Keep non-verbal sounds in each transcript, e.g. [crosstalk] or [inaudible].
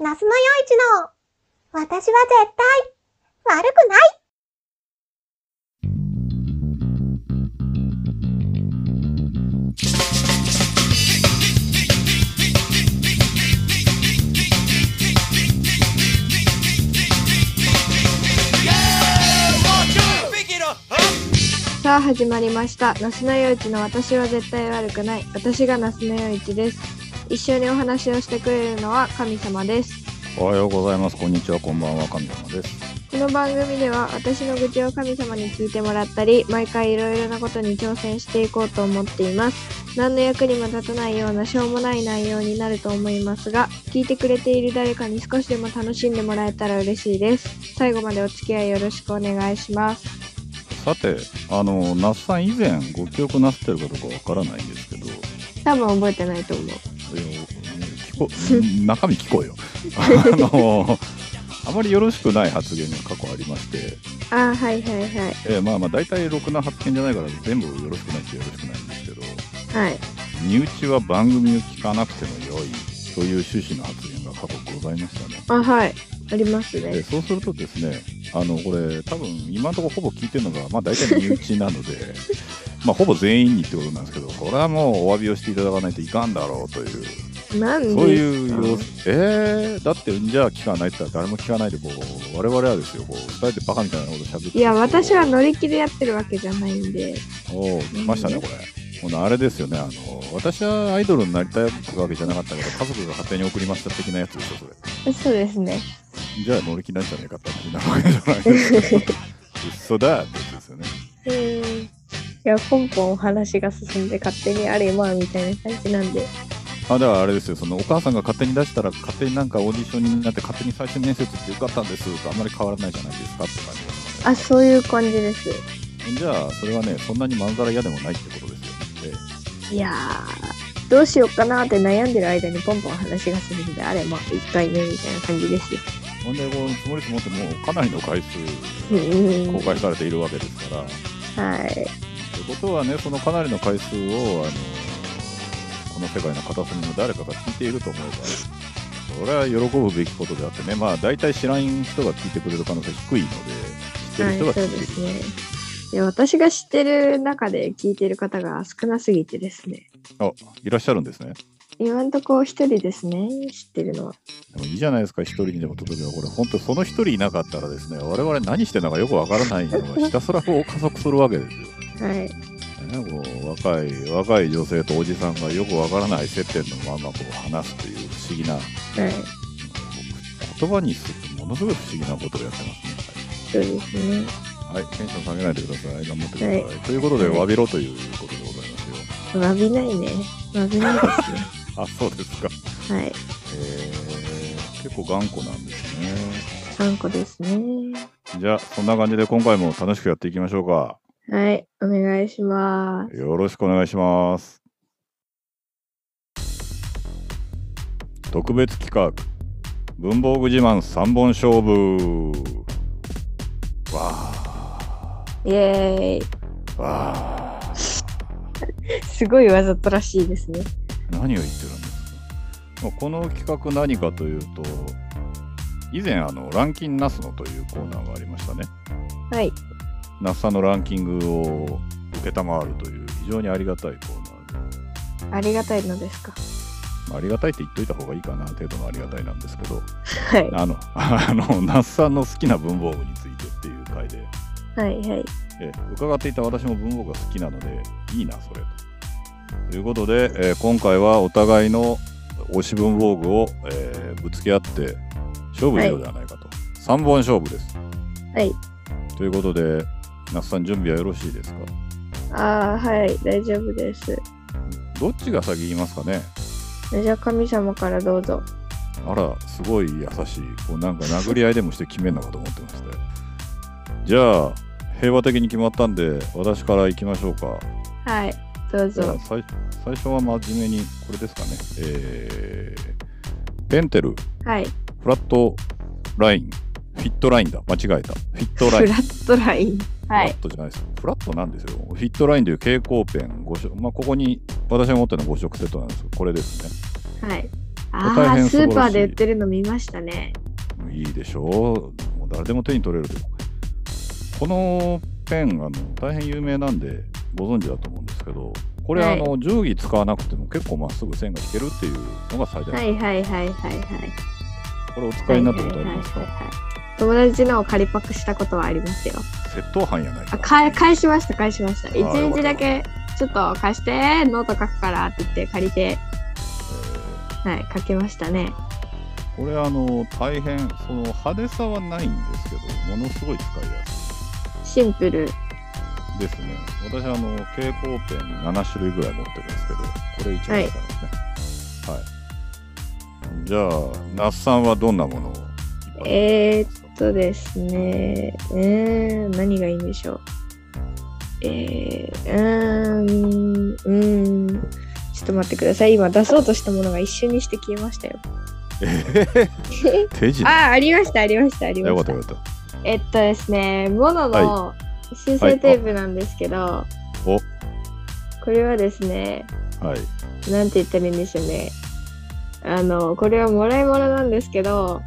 ナスのよいちの、私は絶対、悪くないさあ始まりました「那須のよいちの私は絶対悪くない」私が那須のよいちです一緒にお話をしてくれるのは神様ですおはようございます。こんにちは。こんばんは。神山です。この番組では私の愚痴を神様に聞いてもらったり毎回いろいろなことに挑戦していこうと思っています何の役にも立たないようなしょうもない内容になると思いますが聞いてくれている誰かに少しでも楽しんでもらえたら嬉しいです最後までお付き合いよろしくお願いしますさて、あの、那須さん以前ご記憶なさってるかどうかわからないんですけど、いや多分覚えてないと思う聞こ中身聞こえよ。あの、あまりよろしくない発言が過去ありまして、ああはいはいはいえーまあまあ大体ろくな発言じゃないから全部よろしくないってよろしくないんですけど、はい身内は番組を聞かなくてもよいという趣旨の発言が過去ございましたね。あはいありますえーねそうするとですねあのこれ多分今のところほぼ聞いてるのが、まあ、大体身内なので [laughs] まあほぼ全員にってことなんですけどこれはもうお詫びをしていただかないといかんだろうというなんでそういう様子えー、だってじゃあ聞かないって言ったら誰も聞かないでこう我々はですよこう2人でバカみたいなこと喋っていや私は乗り気でやってるわけじゃないんでおお来ましたねこれ。このあれですよねあの私はアイドルになりたいわけじゃなかったけど家族が勝手に送りました的なやつでしょそれそうですねじゃあ乗り気なんじゃねえかって話になるわけじゃないですか嘘だってやつですよねうんいやポンポンお話が進んで勝手にあれまあみたいな感じなんであだからあれですよそのお母さんが勝手に出したら勝手になんかオーディションになって勝手に最終面接って受かったんですとあんまり変わらないじゃないですかって感じですあそういう感じですねじゃあそれはねそんなにまんざら嫌でもないってことですよ、いやーどうしようかなーって悩んでる間にポンポン話が進んであれまあ1回目みたいな感じですよえほんでこう積もり積もってもうかなりの回数うんうんうん公開されているわけですから、ってはいことはねそのかなりの回数をあのこの世界の片隅の誰かが聞いていると思えばそれは喜ぶべきことであってねまあ大体知らん人が聞いてくれる可能性低いので知ってはるい人そうがで聞いてくれるすねいや私が知ってる中で聞いてる方が少なすぎてですねあいらっしゃるんですね今んとこ一人ですね知ってるのはでもいいじゃないですか、一人にでも届けば、これ、本当、その一人いなかったらですね、我々何してんのかよくわからないのが、ひたすらこう加速するわけですよ。はいね、こう若い若い女性とおじさんがよくわからない接点のままこう話すという不思議な、はい言葉にするとものすごい不思議なことをやってまそすね。うですねはい、テンション下げないでください、頑張ってください。はということで、はい詫びろということでございますよ。詫びないね詫びないあ、そうですか。ですね [laughs] はいえー、結構頑固なんですね。 3個ですねじゃあ、そんな感じで今回も楽しくやっていきましょうか。はいお願いしますよろしくお願いします。特別企画文房具自慢3本勝負わイエーイーわーすごいわざとらしいですね何を言ってるんですかまあこの企画何かというと以前あのランキンナスのというコーナーがありましたねはいナスさんのランキングを承るという非常にありがたいコーナーでありがたいのですかまあありがたいって言っといた方がいいかな程度のありがたいなんですけどはいあの、あの、那須さんの好きな文房具についてっていう回で、はいはいえ伺っていた私も文房具が好きなので、いいな、それと。ということで、えー今回はお互いの推し文房具を、えーぶつけ合って勝負しようではないかと。3本勝負です。はいということで、那須さん準備はよろしいですかああはい大丈夫ですどっちが先言いますかねじゃあ神様からどうぞあら、すごい優しい。こうなんか殴り合いでもして決めんのかと思ってましたよじゃあ、平和的に決まったんで、私から行きましょうか。はいどうじゃぞあ最最初は真面目にこれですかね。えー、ペンテル、はいフラットライン、フィットラインだ。間違えた。フィットライン。フラットラインはフいラットじゃないです。フラットなんですよ。フィットラインという蛍光ペン、5色。まあ、ここに私が持ってるのは5色セットなんですけど、これですね。はい大ああ、変ス素晴らしいーパーで売ってるの見ましたね。いいでしょうもう誰でも手に取れるとこのペンあの大変有名なんでご存知だと思うんですけどこれ、はいあの定規使わなくても結構まっすぐ線が引けるっていうのが最大、はいはいはいはいはい。これお使いになったことありますか、はいはいはいはい友達のを借りパクしたことはありますよ。窃盗犯やないかあ、か返しました、返しました。一よかった日だけ、ちょっと貸して、ノート書くからって言って借りて、はい、書けましたね。これあの大変その派手さはないんですけどものすごい使いやすシンプル。いですね私あの蛍光ペン7種類ぐらい持ってるんですけどこれ一は枚いだからねはい、じゃあ那須さんはどんなものをいっぱいえー、っとですね、うーん、何がいいんでしょう。えー、うーん、うーん、ちょっと待ってください。今出そうとしたものが一瞬にして消えま [laughs] したよ。手品あー、ありました、ありました、ありまよかっしたたよ。かっえっとですね、モノの修正テープなんですけど、おこれはですね、たはいなんて言ったらいいんでしょうね。あの、これはもらい物なんですけど、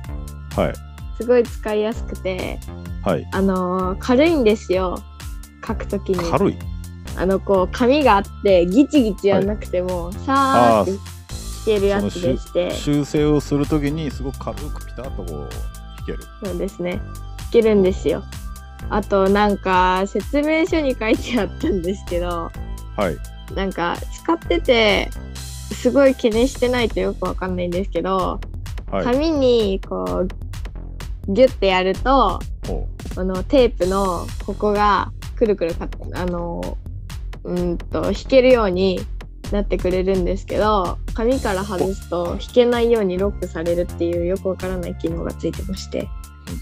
はいすごい使いやすくて、はいあの、軽いんですよ。書くときに。軽いあの、こう、紙があって、ギチギチやんなくても、さーって引けるやつでして、修正をするときにすごく軽くピタッとこう引けるそうですね。引けるんですよ。あと、なんか、説明書に書いてあったんですけど、はいなんか使っててすごい気にしてないとよくわかんないんですけど、はい紙にこうギュッてやるとほあのテープのここがくるくるかあのうんと引けるようになってくれるんですけど紙から外すと引けないようにロックされるっていうよくわからない機能がついてまして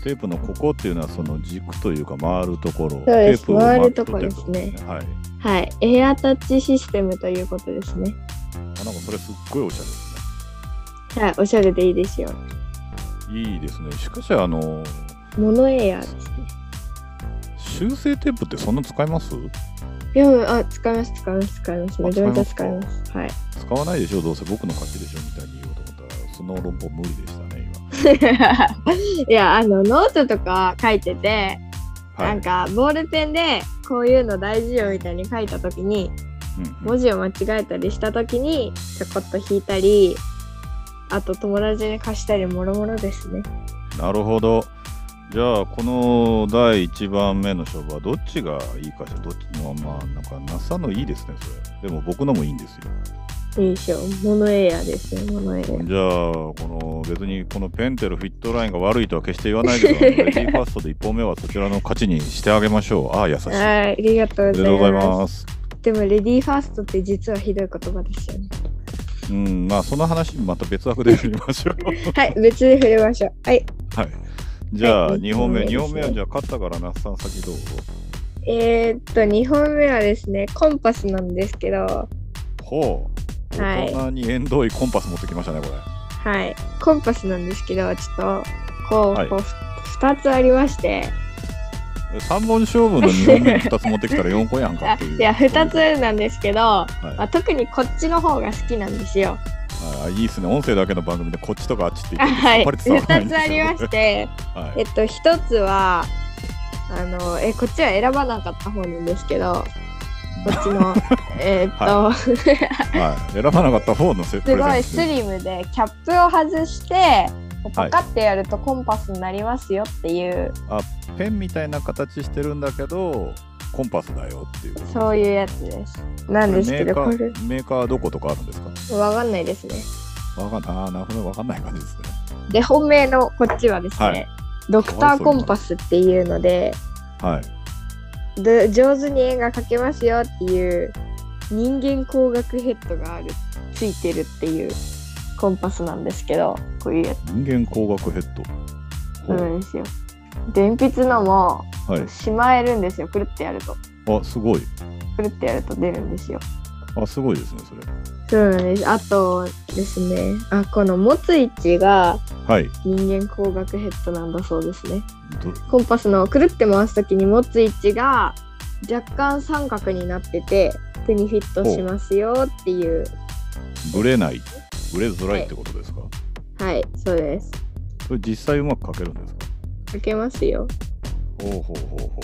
うテープのここっていうのはその軸というか回るところそうですテープを巻く回るとこですねテープを巻くねはいエアタッチシステムということですねはいあなんかそれすっごいおしゃれですねはいおしゃれでいいですよいいですね。しかし、あの、モノエアですね修正テープってそんな使いますいや、あ、使います、使います、使います。あめちゃめちゃ使使いいまます。はい。使わないでしょどうせ僕の勝ちでしょみたいに言おうと思ったら、その論法無理でしたね、い [laughs] や、あの、ノートとか書いてて、今。はい。なんか、ボールペンで、こういうの大事よみたいに書いたときに、うんうん文字を間違えたりしたときに、ちょこっと引いたり、あと友達に貸したり、もろもろですね。なるほど。じゃあ、この第1番目の勝負は、どっちがいいかしら、どっちの、まあ、なんか、なさのいいですね、それ。でも、僕のもいいんですよ。いいでしょ。モノエアですよ、モノエア。じゃあ、この、別に、このペンテルフィットラインが悪いとは決して言わないけ [laughs] ど、あのレディーファーストで1本目はそちらの勝ちにしてあげましょう。ああ、優しはい。あい、ありがとうりごがとうござざいいます。ます。でも、レディーファーストって実はひどい言葉ですよね。うん、まあその話また別枠で振りましょう。 [laughs] はい、別で触れましょう。はい。はい。じゃはあい2本目、二2本本目ですね目はじゃあ勝ったから那須さん先どうぞ。えー、っと2本目はですねコンパスなんですけどほう。はい大人に縁遠いコンパス持ってきましたね、これ。はいコンパスなんですけどちょっとこう,、はいこう2つありまして3本勝負の2本目2つ持ってきたら4個やんかあっていう。いや2つなんですけど、まはい。あ、特にこっちの方が好きなんですよ。 [laughs] はい、あいいですね、音声だけの番組でこっちとかあっちって言って、はいやっぱり伝わらな2いんつですよありまし。て [laughs] はえい。っと1つはあのえこっちは選ばなかった方なんですけどこっち [laughs] のえーっと、はい、選ばなかった方のセプすレゼンごいでスリムでキャップを外してパカってやるとコンパスになりますよっていう、ペンみたいな形してるんだけど、コンパスだよっていう。そういうやつですなんですけどここれメれーカーメーカーはどことかあるんですかわかんないですねわかんない、あーなるほど、わかんない感じですね。で本命のこっちはですね、はいドクターコンパスっていうのではい。で上手に絵が描けますよっていう人間工学ヘッドがあるついてるっていうコンパスなんですけどこういうやつ人間工学ヘッド。ほうなんですよで鉛筆のもはい。しまえるんですよくるってやるとあ、すごい。くるってやると出るんですよあ、すごいですね、それ。そうなんです。あとですね、あこの持つ位置がはい。人間工学ヘッドなんだそうですね。どコンパスのくるって回すときに持つ位置が若干三角になってて手にフィットしますよっていうぶれない。ブレづらいってことですか、はい、そうです。それ実際うまく書けるんですかかけますよ。ほうほうほうほ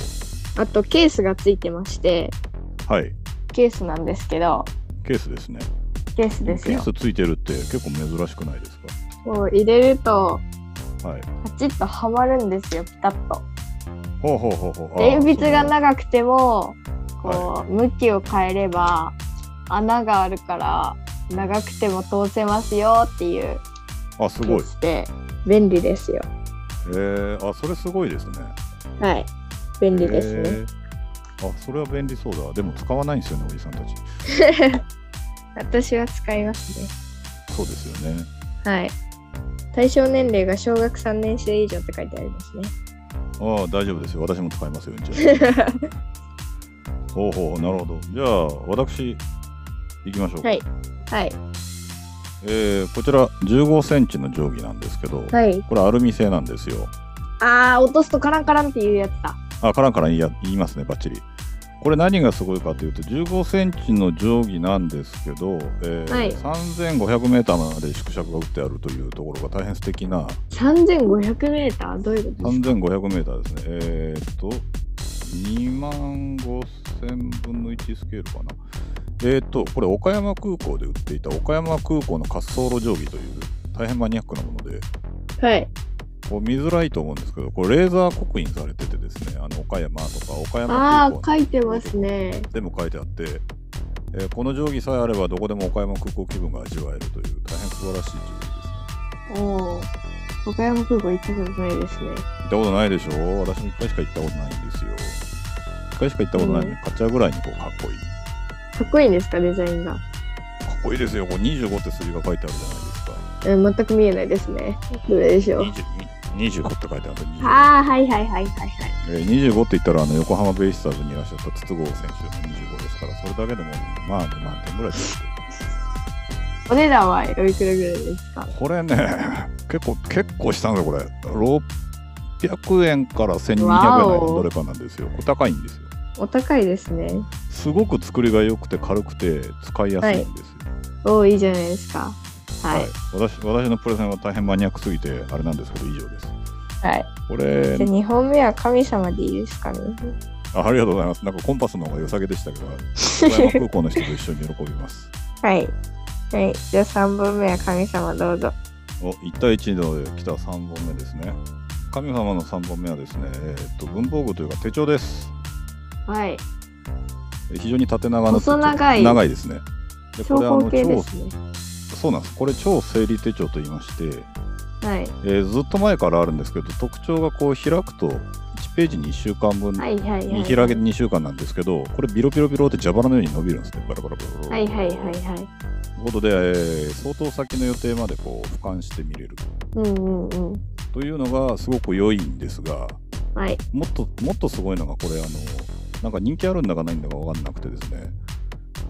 あと、ケースがついてまして、う。はい。ケースなんですけど、ケースですね。ケースですケーよ。スついてるって結構珍しくないですこう入れると、かはい。パチッとはまるんですよ、ピタッと。ほうほうほうほう。あー鉛筆がその長くても、こう、向きを変えれば、穴があるから、長くても通せますよっていうあ、すケごいー。スで、便利ですよ。えー、あ、それすごいですね。はい、便利ですね。えーあ、それは便利そうだ。でも使わないんですよね、おじさんたち。私は使いますね。そうですよね。はい。対象年齢が小学3年生以上って書いてありますね。ああ、大丈夫ですよ。私も使いますよ、 [laughs] じゃあ。ほうほう、なるほど。じゃあ、私、行きましょうか。はい。はい。えーこちら、15センチの定規なんですけど、はい。これアルミ製なんですよ。あー、落とすとカランカランっていうやつだ。あ、カランカラン言いや言いますね、バッチリ。これ何がすごいかというと、15センチの定規なんですけど、えーはい3500メーターまで縮尺が打ってあるというところが大変素敵な、 3500メーターどういうことですか3500メーターですね。えーっと、2万5000分の1スケールかな。えーっと、これ岡山空港で売っていた岡山空港の滑走路定規という大変マニアックなもので、はい。こう見づらいと思うんですけど、これレーザー刻印されててですね、あの岡山とか岡山あ空港ー、書いてますね。全部書いてあって、えーこの定規さえあればどこでも岡山空港気分が味わえるという大変素晴らしい定規ですね。おー。岡山空港行ったことないですね。行ったことないでしょ私も1回しか行ったことないんですよ。1回しか行ったことないのに、買っちゃうぐらいにこうかっこいい。かっこいいんですか、デザインが。かっこいいですよ。こう25って数字が書いてあるじうゃん、全く見えないですね。どれでしょうない。ですか。20 25って書いてあるん25あー、はいはいはいはいはい。えー25って言ったらあの横浜ベイスターズにいらっしゃった筒香選手の25ですからそれだけでもまあ2万点ぐらいですお値段はおいくらぐらいですかこれね [laughs] 結構結構したんだこれ600円から1200円わおのどれかなんですよこれ高いんですよお高いですね。すごく作りが良くて軽くて使いやすいんですよ、おー、いいじゃないですか。はい。私私のプレゼンは大変マニアックすぎてあれなんですけど以上ですはい。これじゃあ2本目は神様でいいですかね。あありがとうございますなんかコンパスの方が良さげでしたけど岡山空港の人と一緒に喜び [laughs] ます [laughs] はい。はい。じゃあ3本目は神様どうぞ。お1対1の来た3本目ですね神様の3本目はですね、えーっと文房具というか手帳ですはい。え非常に縦長の手帳細長い長いですねで長これあの方形で超すね。そうなんですこれ超整理手帳と言いまして、はい。えーずっと前からあるんですけど特徴がこう開くと1ページに1週間分はいはいはい。見開けて2週間なんですけど、これビロビロビロって蛇腹のように伸びるんですね。バラバラバラバラ。はいはいはいはい。ということで、えー相当先の予定までこう俯瞰して見れるうんうんうん。というのがすごく良いんですが、はい。もっともっとすごいのがこれあのなんか人気あるんだかないんだかわかんなくてですね。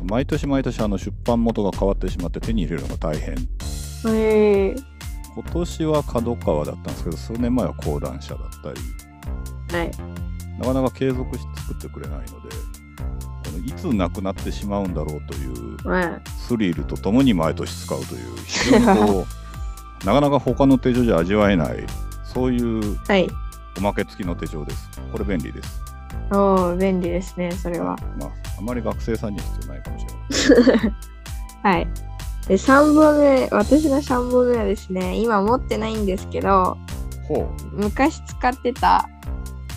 毎年毎年あの出版元が変わってしまって手に入れるのが大変。へえ今年は角川だったんですけど、数年前は講談社だったり、はい。なかなか継続して作ってくれないので、このいつなくなってしまうんだろうというまスリルとともに毎年使うという非常にこ [laughs] うなかなか他の手帳じゃ味わえないそういうあ。はい。おまけ付きの手帳ですこれ便利ですおお便利ですね、それまはあ。あまり学生さんには必要ないかもしれないはい。で、3本目、私の3本目はですね、今持ってないんですけど、ほう昔使ってた、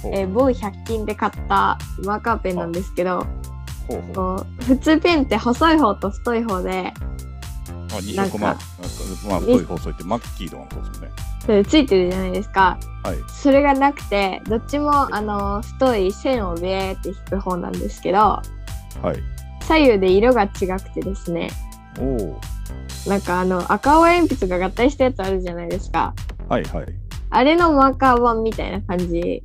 ほうえー、某100均で買ったマーカーペンなんですけど、ほうほうこう普通ペンって細い方と太い方であ二なん色かまあなんかまあ太い細いってマッキーとかもそうですもんねえーついてるじゃないですかはいそれがなくてどっちもあのー太い線をビェーって引く方なんですけどはい左右で色が違くてですねおおなんかあの赤青鉛筆が合体したやつあるじゃないですかはいはいあれのマーカー版みたいな感じ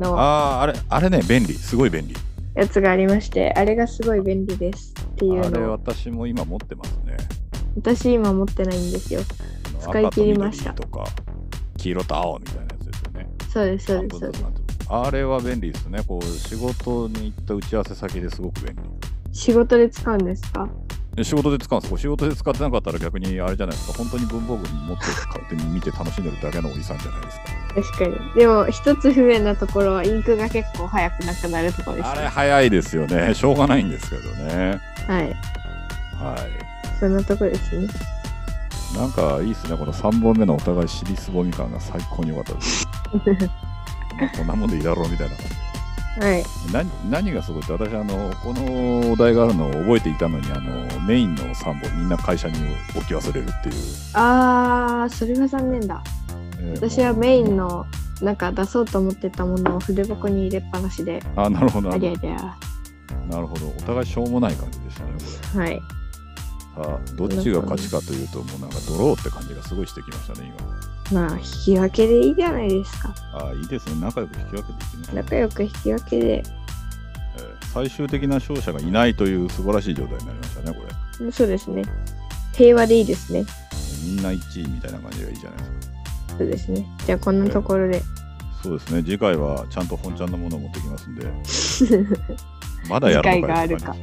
のあああれあれね便利すごい便利やつがありましてあれがすごい便利ですっていあうれのを私も今持ってますね私今持ってないんですよあの使い切りました赤と緑とか黄色と青みたいなやつですよねそうですそう半ですそう分ずつですなんてあれは便利ですね。こう仕事に行った打ち合わせ先ですごく便利。仕事で使うんですかで仕事で使うんですよ。仕事で使ってなかったら逆にあれじゃないですか。本当に文房具持って勝手に見て楽しんでるだけのおじさんじゃないですか。確かに。でも、一つ不便なところは、インクが結構早くなくなるところですあれね。早いですよね。しょうがないんですけどね。はい。はい。そんなとこですね。 [laughs] なんかいいですね。この3本目のお互い尻すぼみ感が最高に良かったです。まあこんなもんでいいだろうみたいな。はい。何何がすごいって私あのこのお題があるのを覚えていたのにあのメインの3本みんな会社に置き忘れるっていう、あー、それは残念だ。えー私はメインの、なんか出そうと思ってたものを筆箱に入れっぱなしで、あなるほどなありゃるりゃ。ほどお互いしょうもない感じでしたねこはい。れさあどっちが勝ちかというともうなんかドローって感じがすごいしてきましたねまあ、引き分けでいいじゃないですか。今あいいですね仲良く引き分けていきましょう、仲良く引き分けで、えー最終的な勝者がいないという素晴らしい状態になりましたねこれうんそうですね。平和でいいですね。みんな1位みたいな感じがいいじゃないですかそうですね。じゃあ、こんなところで。 [laughs] そうですね次回はちゃんと本ちゃんのものを持ってきますんでまだやるの次回があるか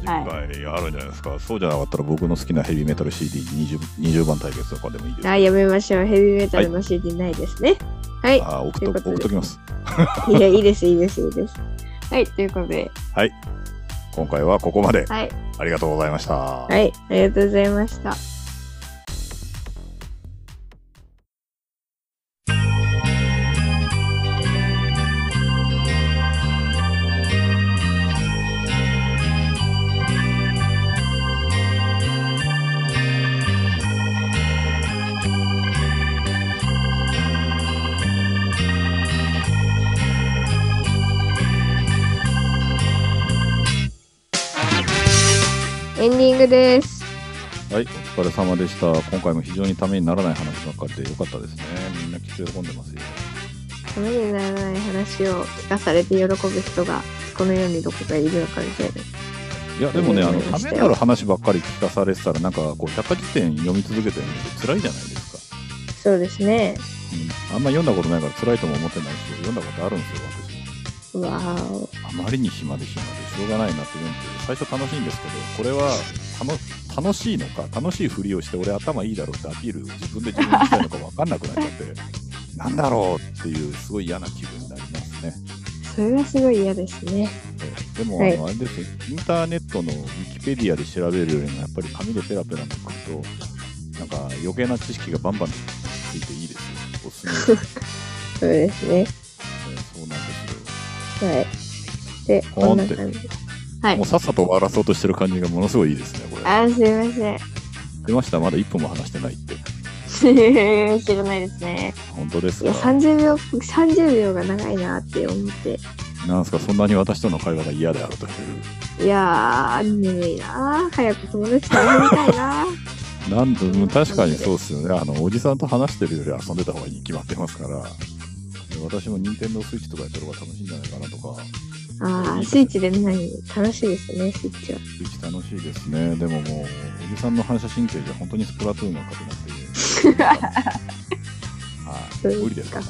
次回あるんじゃないですか、そうじゃなかったら僕の好きなヘビメタル CD20 20番対決とかでもいいですあ、やめましょう。ヘビーメタルの CD ないですね。はい。あ送というっこととで送っときますいや、いいです、いいです、いいです。はい、ということで、今回はここまではい、ありがとうございました、はい、ありがとうございました。エンディングです。はい、お疲れ様でした今回も非常にためにならない話ばっかりでよかったですねみんなきっと喜んでますよためにならない話を聞かされて喜ぶ人がこの世にどこかいるのかみたいいやでもねあのうんためになる話ばっかり聞かされてたらなんかこう百科事典読み続けてるので辛いじゃないですか、な。そうですね。うん、あんま読んだことないから辛いとも思ってないですけど読んだことあるんですよ私わーお。あまりに暇で暇でしょうがないなって読んで最初楽しいんですけどこれは楽楽しいのか楽しいふりをして俺頭いいだろうってアピールを自分で自分にしたいのか分かんなくなっちゃってなんだろうっていうすごい嫌な気分になりますねそれはすごい嫌ですね。でも、はいあのあれですよインターネットのウィキペディアで調べるよりもやっぱり紙でペラペラめくるとなんか余計な知識がバンバンついていいですよおすす [laughs] めです、そうですね。ね、そうなんですよはい。で、ポーンこんなって感じ。はいもう。さっさと終わらそうとしてる感じがものすごいいいですねこれあー、すいません。 [laughs] 出ましたまだ1分も話してないって知らないですね。本当ですいや、か30秒、30秒が長いなって思って。なんですかそんなに私との会話が嫌であるといういやー、眠いなー。早く友達と遊びたいなー。なんとうん確かにそうですよねあのおじさんと話してるより遊んでた方がいいに決まってますから私も任天堂スイッチとかやった方が楽しいんじゃないかなとかあー、スイッチで何楽しいですね、スイッチは。スイッチ楽しいですねでももうおじさんの反射神経じゃ本当にスプラトゥーンが勝てなくて [laughs] はい、無理ですから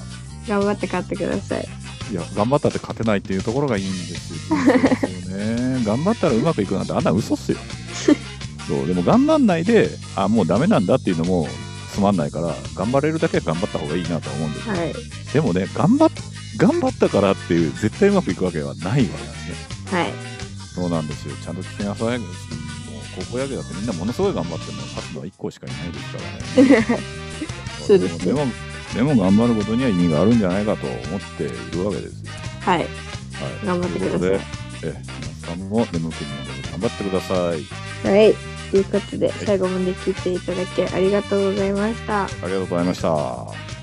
頑張って買ってください。いや頑張ったって勝てないっていうところがいいんですよですよ [laughs] ね頑張ったらうまくいくなんてあんな嘘っすよそうでも頑張んないであもうダメなんだっていうのもつまんないから頑張れるだけは頑張った方がいいなとは思うんですよ、はい。でもね頑張っ頑張ったからっていう絶対うまくいくわけはないわけなんですねはい。そうなんですよちゃんと聞きなさいもう高校野球だってみんなものすごい頑張っても勝つのは1校しかいないですからね [laughs] そうですねでもでも頑張ることには意味があるんじゃないかと思っているわけですよはい。はい、頑張ってくださいということで、え皆さんも眠くなるので頑張ってください。はい。ということで、最後まで聞いていただきありがとうございました。ありがとうございました。